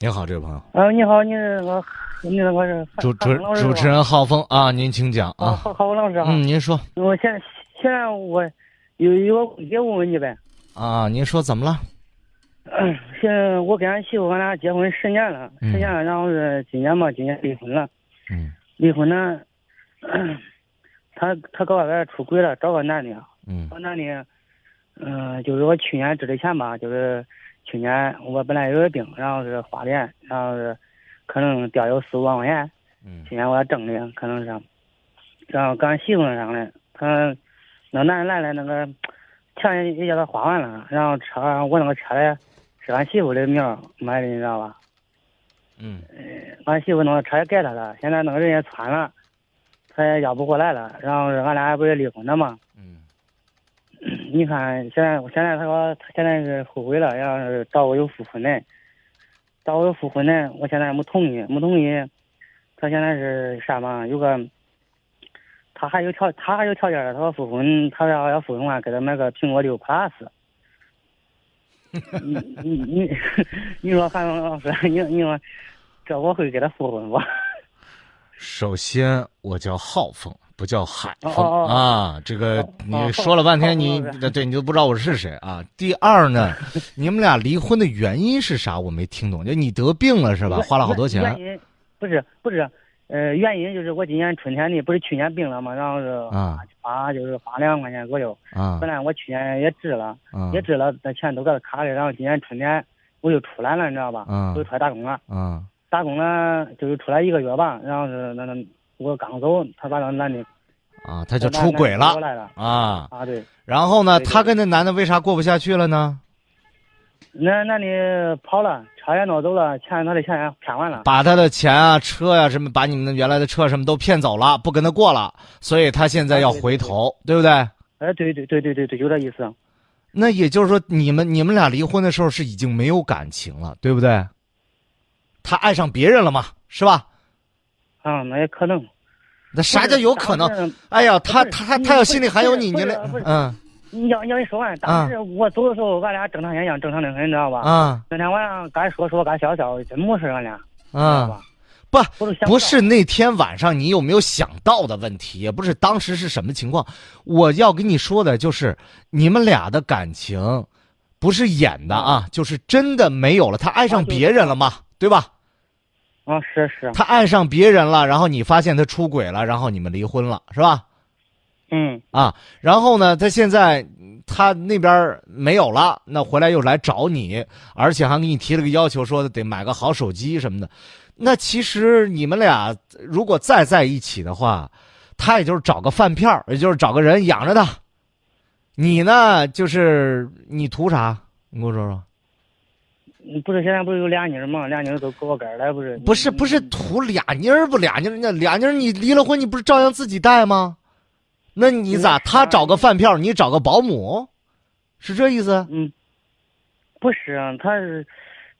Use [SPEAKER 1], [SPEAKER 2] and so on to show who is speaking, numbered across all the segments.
[SPEAKER 1] 您好，这位朋友，
[SPEAKER 2] 啊，你好，你好，你好，我是
[SPEAKER 1] 主主
[SPEAKER 2] 汉老师
[SPEAKER 1] 主持人浩峰啊，您请讲
[SPEAKER 2] 啊，
[SPEAKER 1] 啊。
[SPEAKER 2] 郝郝老师啊，
[SPEAKER 1] 嗯，您说
[SPEAKER 2] 我现在现在我有一个问题问问你呗，
[SPEAKER 1] 啊，您说怎么了？
[SPEAKER 2] 嗯现在我跟俺媳妇俺俩结婚十年了，
[SPEAKER 1] 嗯
[SPEAKER 2] 十年了，然后是今年嘛，今年离婚了，
[SPEAKER 1] 嗯
[SPEAKER 2] 离婚呢，她她告俺出轨了，找个男的，啊
[SPEAKER 1] 嗯
[SPEAKER 2] 找男的，嗯、就是我去年挣的钱吧，就是去年我本来有点病，然后是花钱，然后是可能掉有四五万块钱。
[SPEAKER 1] 嗯
[SPEAKER 2] 今年我挣的可能是，然后跟俺媳妇儿商量，他那男人来了，那个钱也叫他花完了，然后车我那个车嘞是俺媳妇的名儿买的，你知道吧？呃
[SPEAKER 1] 嗯
[SPEAKER 2] 俺媳妇那个车也给他了，现在那个人也穿了，他也要不过来了，然后是俺俩不是离婚了嘛？
[SPEAKER 1] 嗯
[SPEAKER 2] 你看现在，现在他说他现在是后悔了，要是找我有复婚的，找我有复婚的，我现在没同意，没同意。他现在是啥嘛？有个，他还有条，他还有条件的，他说复婚，他要要复婚的话，给他买个苹果六 plus。你你你， 你说韩老师，你你说，这我会给他复婚不？
[SPEAKER 1] 首先我叫浩峰，不叫海峰
[SPEAKER 2] 哦哦哦
[SPEAKER 1] 啊。这个
[SPEAKER 2] 哦
[SPEAKER 1] 你说了半
[SPEAKER 2] 浩
[SPEAKER 1] 天，
[SPEAKER 2] 峰
[SPEAKER 1] 你
[SPEAKER 2] 老师
[SPEAKER 1] 对你都不知道我是谁啊。第二 呢，你们俩离婚的原因是啥？我没听懂。就你得病了是吧？
[SPEAKER 2] 原
[SPEAKER 1] 花了好多
[SPEAKER 2] 原
[SPEAKER 1] 钱啊
[SPEAKER 2] 原因不是不是，呃，原因就是我今年春天的，不是去年病了嘛，然后是
[SPEAKER 1] 啊
[SPEAKER 2] 花就是花两万块钱左右。
[SPEAKER 1] 啊
[SPEAKER 2] 本来我去年也治了，
[SPEAKER 1] 啊
[SPEAKER 2] 也治了，那钱都搁这卡里。然后今年春天我就出来了，你知道吧？
[SPEAKER 1] 嗯
[SPEAKER 2] 我就出来打工了，
[SPEAKER 1] 啊
[SPEAKER 2] 打工了就是出来一个月吧。然后是那那我刚走，他把那男的
[SPEAKER 1] 啊！他就出轨
[SPEAKER 2] 那男的
[SPEAKER 1] 了
[SPEAKER 2] 过来了
[SPEAKER 1] 啊。
[SPEAKER 2] 啊！对，
[SPEAKER 1] 然后呢，
[SPEAKER 2] 对对
[SPEAKER 1] 他跟那男的为啥过不下去了呢？
[SPEAKER 2] 那男的跑了，车也闹走了，钱他的钱也骗完了。
[SPEAKER 1] 把他的钱啊、车呀、什么，把你们的原来的车什么都骗走了，不跟他过了，所以他现在要回头，对不对？
[SPEAKER 2] 哎，对对对对对对，有这意思。
[SPEAKER 1] 那也就是说，你们你们俩离婚的时候是已经没有感情了，对不对？他爱上别人了嘛，是吧？
[SPEAKER 2] 啊，那也可能。
[SPEAKER 1] 那啥叫有可能？哎呀，他
[SPEAKER 2] 不是
[SPEAKER 1] 他他
[SPEAKER 2] 你
[SPEAKER 1] 他要
[SPEAKER 2] 不
[SPEAKER 1] 心
[SPEAKER 2] 是
[SPEAKER 1] 里还有你，
[SPEAKER 2] 不
[SPEAKER 1] 你
[SPEAKER 2] 是
[SPEAKER 1] 嘞
[SPEAKER 2] 不是，
[SPEAKER 1] 嗯
[SPEAKER 2] 你要要你说完，当时我走的时候，俺俩正常现象，正常的很，你知道吧？
[SPEAKER 1] 啊
[SPEAKER 2] 那天晚上该说说，该笑笑，真没事儿俺俩，知道
[SPEAKER 1] 啊
[SPEAKER 2] 吧，？
[SPEAKER 1] 不
[SPEAKER 2] 我都想
[SPEAKER 1] 不
[SPEAKER 2] 到
[SPEAKER 1] 是那天晚上你有没有想到的问题，也不是当时是什么情况。我要跟你说的就是，你们俩的感情不是演的啊，就是真的没有了。他爱上别人了嘛，对吧？
[SPEAKER 2] 啊，是是，
[SPEAKER 1] 他爱上别人了，然后你发现他出轨了，然后你们离婚了，是吧？
[SPEAKER 2] 嗯，
[SPEAKER 1] 啊，然后呢，他现在嗯他那边儿没有了，那回来又来找你，而且还给你提了个要求，说得买个好手机什么的。那其实你们俩如果再在一起的话，他也就是找个饭票，也就是找个人养着他。你呢，就是你图啥？你给我说说。
[SPEAKER 2] 不是现在不是有俩妮儿吗？俩妮儿都给我根儿了，不是？
[SPEAKER 1] 不是不是图俩妮儿不俩妮儿，那俩妮儿你离了婚，你不是照样自己带吗？那你咋
[SPEAKER 2] 嗯
[SPEAKER 1] 他找个饭票，你找个保姆，是这意思？
[SPEAKER 2] 嗯，不是啊，他是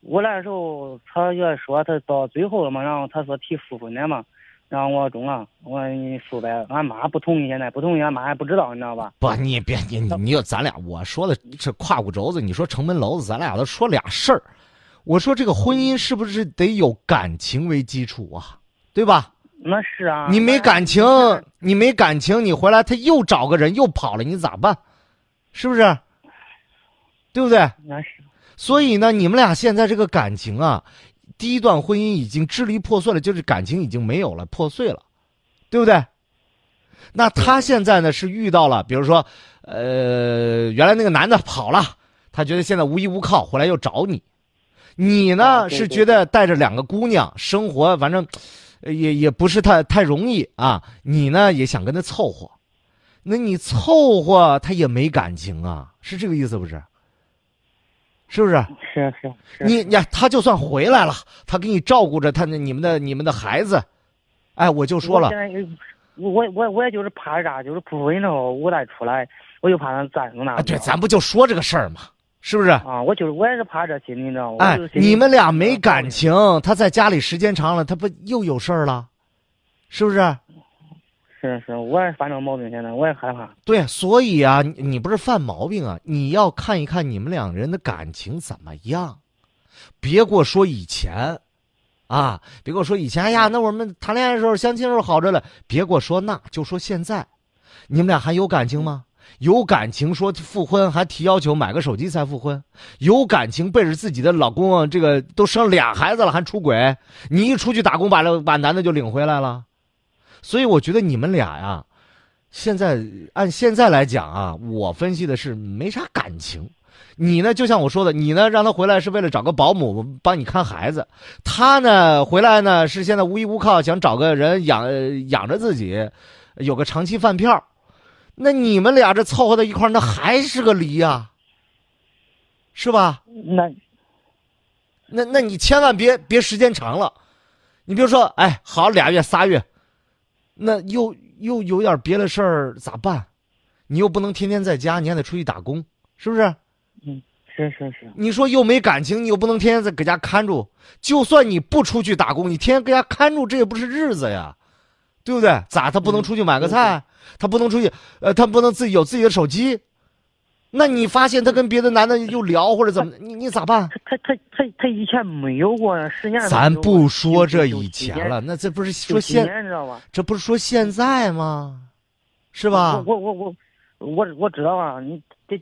[SPEAKER 2] 我来的时候，他越说他到最后了嘛，然后他说提复婚的嘛，然后我中了，我说你复呗，俺妈不同意，现在不同意，俺妈还不知道，你知道吧？
[SPEAKER 1] 不，你别你你你就咱俩，我说的这胯骨轴子，你说城门楼子，咱俩都说俩事儿。我说这个婚姻是不是得有感情为基础啊？对吧？
[SPEAKER 2] 那是啊，
[SPEAKER 1] 你没
[SPEAKER 2] 那
[SPEAKER 1] 感情，你没感情，你回来他又找个人又跑了，你咋办？是不是？对不对？
[SPEAKER 2] 那是
[SPEAKER 1] 所以呢，你们俩现在这个感情啊，第一段婚姻已经支离破碎了，就是感情已经没有了，破碎了，对不对？那他现在呢是遇到了，比如说，呃，原来那个男的跑了，他觉得现在无依无靠，回来又找你。你呢、
[SPEAKER 2] 啊对
[SPEAKER 1] 是
[SPEAKER 2] 对
[SPEAKER 1] 觉得带着两个姑娘生活，反正呃也也不是太太容易啊。你呢也想跟他凑合，那你凑合他也没感情啊，是这个意思不是？是不是？
[SPEAKER 2] 是是是，
[SPEAKER 1] 你呀，他就算回来了，他给你照顾着他那你们的你们的孩子，哎，我就说
[SPEAKER 2] 我
[SPEAKER 1] 了
[SPEAKER 2] 现，在有我我我也就是怕是啥，就是不婚之后我再出来，我就怕他占着那
[SPEAKER 1] 啊，
[SPEAKER 2] 个。
[SPEAKER 1] 对，咱不就说这个事儿吗？是不是？
[SPEAKER 2] 啊，我就是我也是怕这心理，你知道吗？我
[SPEAKER 1] 哎
[SPEAKER 2] 就是，心里
[SPEAKER 1] 你们俩没感。情，他在家里时间长了，他不又有事儿了，是不是？
[SPEAKER 2] 是是，我也犯这个毛病，现在我也害怕。
[SPEAKER 1] 对，所以啊，你你不是犯毛病啊，你要看一看你们两个人的感情怎么样，别给我说以前，啊，别给我说以前哎呀，那我们谈恋爱的时候、相亲的时候好着了，别给我说那，就说现在，你们俩还有感情吗？有感情说复婚还提要求买个手机才复婚，有感情背着自己的老公啊，这个都生俩孩子了还出轨，你一出去打工把把男的就领回来了，所以我觉得你们俩呀、现在按现在来讲啊，我分析的是没啥感情。你呢，就像我说的，你呢让他回来是为了找个保姆帮你看孩子，他呢回来呢是现在无依无靠，想找个人养呃养着自己，有个长期饭票。那你们俩这凑合到一块儿，那还是个离呀、是吧？
[SPEAKER 2] 那
[SPEAKER 1] 那那你千万别别时间长了，你比如说，哎，好俩月仨月，那又又有点别的事儿咋办？你又不能天天在家，你还得出去打工，是不是？
[SPEAKER 2] 是是是，
[SPEAKER 1] 你说又没感情，你又不能天天在搁家看住。就算你不出去打工，你天天搁家看住，这也不是日子呀，对不对？咋他不能出去买个菜？他不能出去，呃，他不能自己有自己的手机？那你发现他跟别的男的又聊或者怎么，你你咋办？
[SPEAKER 2] 他他他他他以前没有过，实际上
[SPEAKER 1] 咱不说这以前了，，那这不是说
[SPEAKER 2] 有几年
[SPEAKER 1] 现，
[SPEAKER 2] 你知道吧？
[SPEAKER 1] 这不是说现在吗？是吧？
[SPEAKER 2] 我我我我我我知道啊，你这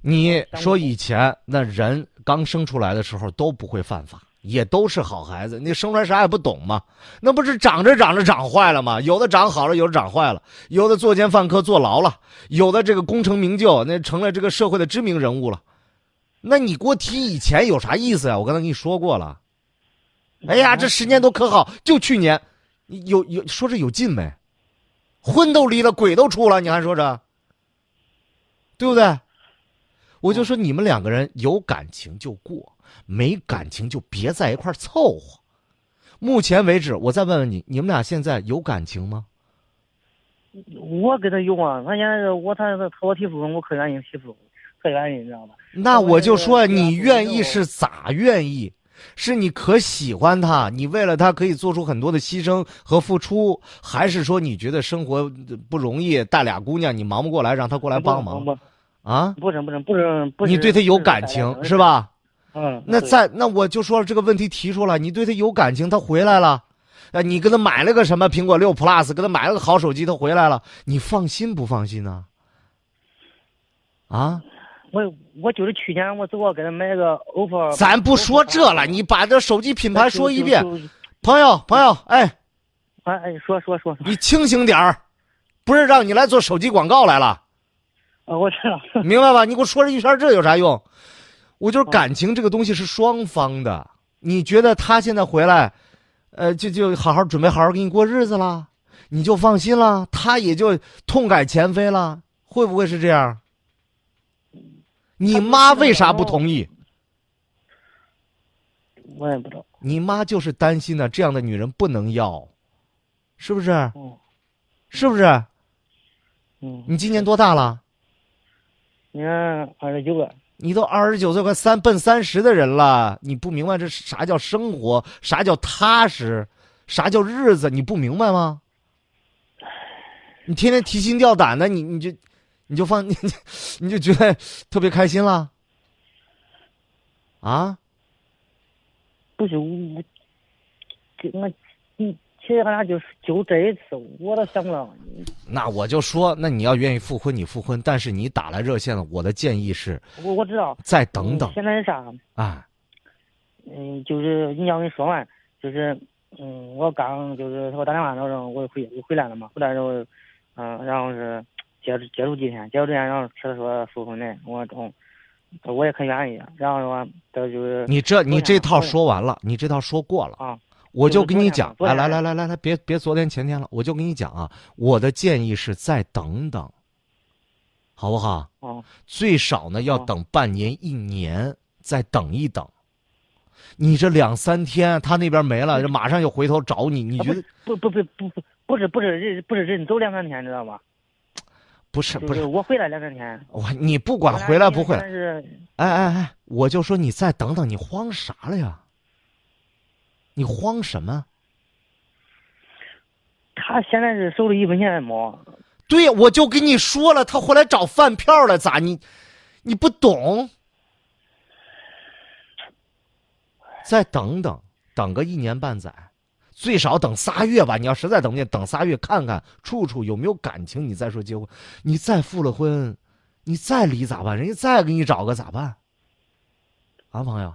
[SPEAKER 1] 你说以前那人刚生出来的时候都不会犯法，也都是好孩子，你生出来啥也不懂嘛，那不是长着长着长坏了吗？有的长好了，有的长坏了，有的作奸犯科坐牢了，有的这个功成名就，那成了这个社会的知名人物了。那你给我提以前有啥意思呀、我刚才跟你说过了。哎
[SPEAKER 2] 嗯
[SPEAKER 1] 呀，这十年都可好，就去年，你有有说这有劲没？婚都离了，鬼都出了，你还说这，对不对？我就说你们两个人有感情就过，没感情就别在一块儿凑合。目前为止，我再问问你，你们俩现在有感情吗？
[SPEAKER 2] 我跟他用啊，他现在是我他他我提复婚，我可愿意提复婚，可愿意，你知道吧？
[SPEAKER 1] 那我就说，
[SPEAKER 2] 我觉得
[SPEAKER 1] 你愿意是咋愿意？是你可喜欢他，你为了他可以做出很多的牺牲和付出，还是说你觉得生活呃不容易，带俩姑娘你忙不过来，让他过来帮忙
[SPEAKER 2] 不
[SPEAKER 1] 啊？
[SPEAKER 2] 不是不是不是不是，
[SPEAKER 1] 你对他有感情是？吧？
[SPEAKER 2] 嗯，
[SPEAKER 1] 那
[SPEAKER 2] 对
[SPEAKER 1] 在那我就说这个问题提出来，你对他有感情，他回来了，呃，你给他买了个什么苹果六 Plus，给他买了个好手机，他回来了，你放心不放心呢、啊？
[SPEAKER 2] 我我就是去年我走我给他买个 OPPO，
[SPEAKER 1] 咱不说这了，你把这手机品牌说一遍。。朋友，朋友，哎，
[SPEAKER 2] 哎哎，说说说，
[SPEAKER 1] 你清醒点儿，不是让你来做手机广告来了。
[SPEAKER 2] 啊，我知道，
[SPEAKER 1] 明白吧？你给我说这一圈儿，这有啥用？我就是感情这个东西是双方的。你觉得他现在回来，呃，就就好好准备，好好给你过日子啦，你就放心啦，他也就痛改前非了，会不会是这样？你妈为啥不同意？
[SPEAKER 2] 我也不知道。
[SPEAKER 1] 你妈就是担心呢，这样的女人不能要，是不是？
[SPEAKER 2] 嗯
[SPEAKER 1] 是不是？
[SPEAKER 2] 嗯，
[SPEAKER 1] 你今年多大了？
[SPEAKER 2] 你看二十九了，
[SPEAKER 1] 你都二十九岁，快三奔三十的人了，你不明白这啥叫生活，啥叫踏实，啥叫日子，你不明白吗？你天天提心吊胆的，你你就，你就放 你就你就觉得特别开心了，啊？
[SPEAKER 2] 不行，我给我，嗯，其实俺俩就是就这一次，我都想不到。
[SPEAKER 1] 那我就说，那你要愿意复婚，你复婚，但是你打来热线了，我的建议是
[SPEAKER 2] 我我知道，
[SPEAKER 1] 再等等
[SPEAKER 2] 嗯，现在是啥？
[SPEAKER 1] 啊，
[SPEAKER 2] 嗯，就是你要跟你说完，就是嗯，我刚就是给我打电话，然后我回我回来了嘛，回来之后，嗯、然后是接触接触几天，接触几天，然后他说复婚的，我中，我也可愿意，然后说这就是
[SPEAKER 1] 你这你这套
[SPEAKER 2] 对呀
[SPEAKER 1] 说完了，你这套说过了。
[SPEAKER 2] 啊，
[SPEAKER 1] 我
[SPEAKER 2] 就
[SPEAKER 1] 就是跟
[SPEAKER 2] 昨
[SPEAKER 1] 你
[SPEAKER 2] 天
[SPEAKER 1] 讲
[SPEAKER 2] 嘛，昨
[SPEAKER 1] 来
[SPEAKER 2] 天
[SPEAKER 1] 来来来来来，别别昨天前天了，我就跟你讲啊，我的建议是再等等，好不好？
[SPEAKER 2] 哦、
[SPEAKER 1] 最少呢要
[SPEAKER 2] 哦
[SPEAKER 1] 等半年一年，再等一等。你这两三天，他那边没了，这马上又回头找你，你
[SPEAKER 2] 嗯啊
[SPEAKER 1] 觉得
[SPEAKER 2] 不不不不不不是不是人不是人走两三天，知道吧？
[SPEAKER 1] 不是
[SPEAKER 2] 就
[SPEAKER 1] 不是？
[SPEAKER 2] 我回来两三天，
[SPEAKER 1] 我你不管回来不回来，
[SPEAKER 2] 但是
[SPEAKER 1] 哎哎哎，我就说你再等等，你慌啥了呀？你慌什么？
[SPEAKER 2] 他现在是手里一分钱也没，
[SPEAKER 1] 对呀，我就跟你说了，他回来找饭票了，咋你，你不懂？再等等，等个一年半载，最少等仨月吧。你要实在等不见，等仨月看看处处有没有感情，你再说结婚。你再复了婚，你再离咋办？人家再给你找个咋办？啊，朋友，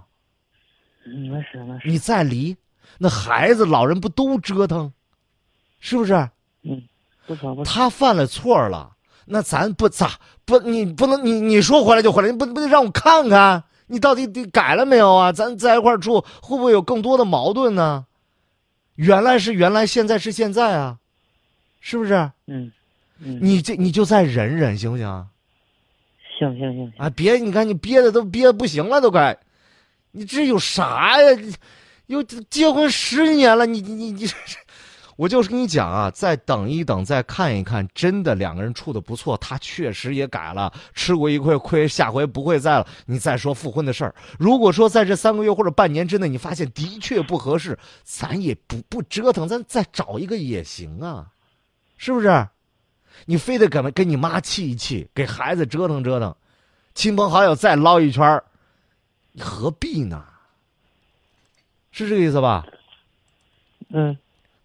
[SPEAKER 2] 嗯，那是那是，
[SPEAKER 1] 你再离，那孩子老人不都折腾，是不是？
[SPEAKER 2] 嗯，不错不错，
[SPEAKER 1] 他犯了错儿了，那咱不咋不你不能你你说回来就回来，你不不得让我看看你到底得改了没有啊？咱在一块儿住会不会有更多的矛盾呢？原来是原来，现在是现在啊，是不是？
[SPEAKER 2] 嗯嗯，
[SPEAKER 1] 你这你就再忍忍行不行啊？
[SPEAKER 2] 行行行，
[SPEAKER 1] 啊，别你看你憋的都憋得不行了，都快，你这有啥呀？又结婚十年了，你你你你， 我就是跟你讲啊，再等一等，再看一看，真的两个人处的不错，他确实也改了，吃过一回亏，下回不会再了。你再说复婚的事儿，如果说在这三个月或者半年之内，你发现的确不合适，咱也不不折腾，咱再找一个也行啊，是不是？你非得跟跟你妈气一气，给孩子折腾折腾，亲朋好友再捞一圈儿你何必呢？是这个意思吧？
[SPEAKER 2] 嗯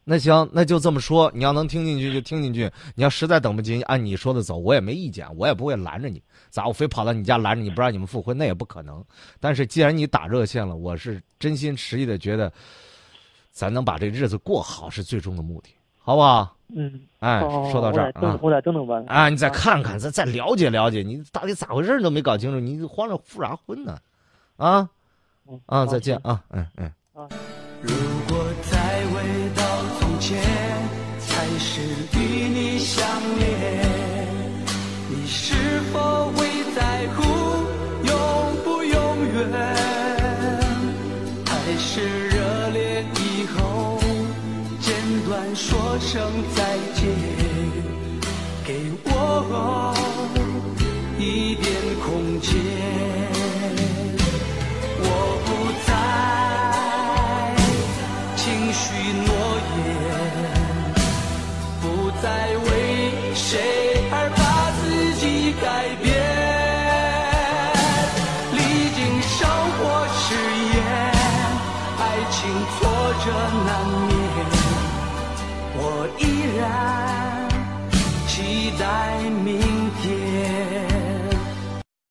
[SPEAKER 1] 那行，那就这么说。你要能听进去就听进去，你要实在等不及，按你说的走，我也没意见，我也不会拦着你。咋我非跑到你家拦着你，不让你们复婚，那也不可能。但是既然你打热线了，我是真心实意的觉得，咱能把这日子过好是最终的目的，好不好？
[SPEAKER 2] 嗯，
[SPEAKER 1] 哎，
[SPEAKER 2] 哦
[SPEAKER 1] 说到这儿
[SPEAKER 2] 我
[SPEAKER 1] 啊。
[SPEAKER 2] 再等我再等等吧。
[SPEAKER 1] 啊，你再看看，再再了解了解，你到底咋回事儿都没搞清楚，你慌着复啥婚呢？啊
[SPEAKER 2] 嗯
[SPEAKER 1] 啊，
[SPEAKER 2] 好
[SPEAKER 1] 再见
[SPEAKER 2] 行
[SPEAKER 1] 啊，嗯嗯。
[SPEAKER 3] 如果再回到从前，才是与你相恋，你是否会在乎永不永远？还是热恋以后，简短说声再见，给我一点空间。我不再轻许诺言，不再为谁而把自己改变。历经生活试验，爱情挫折难免，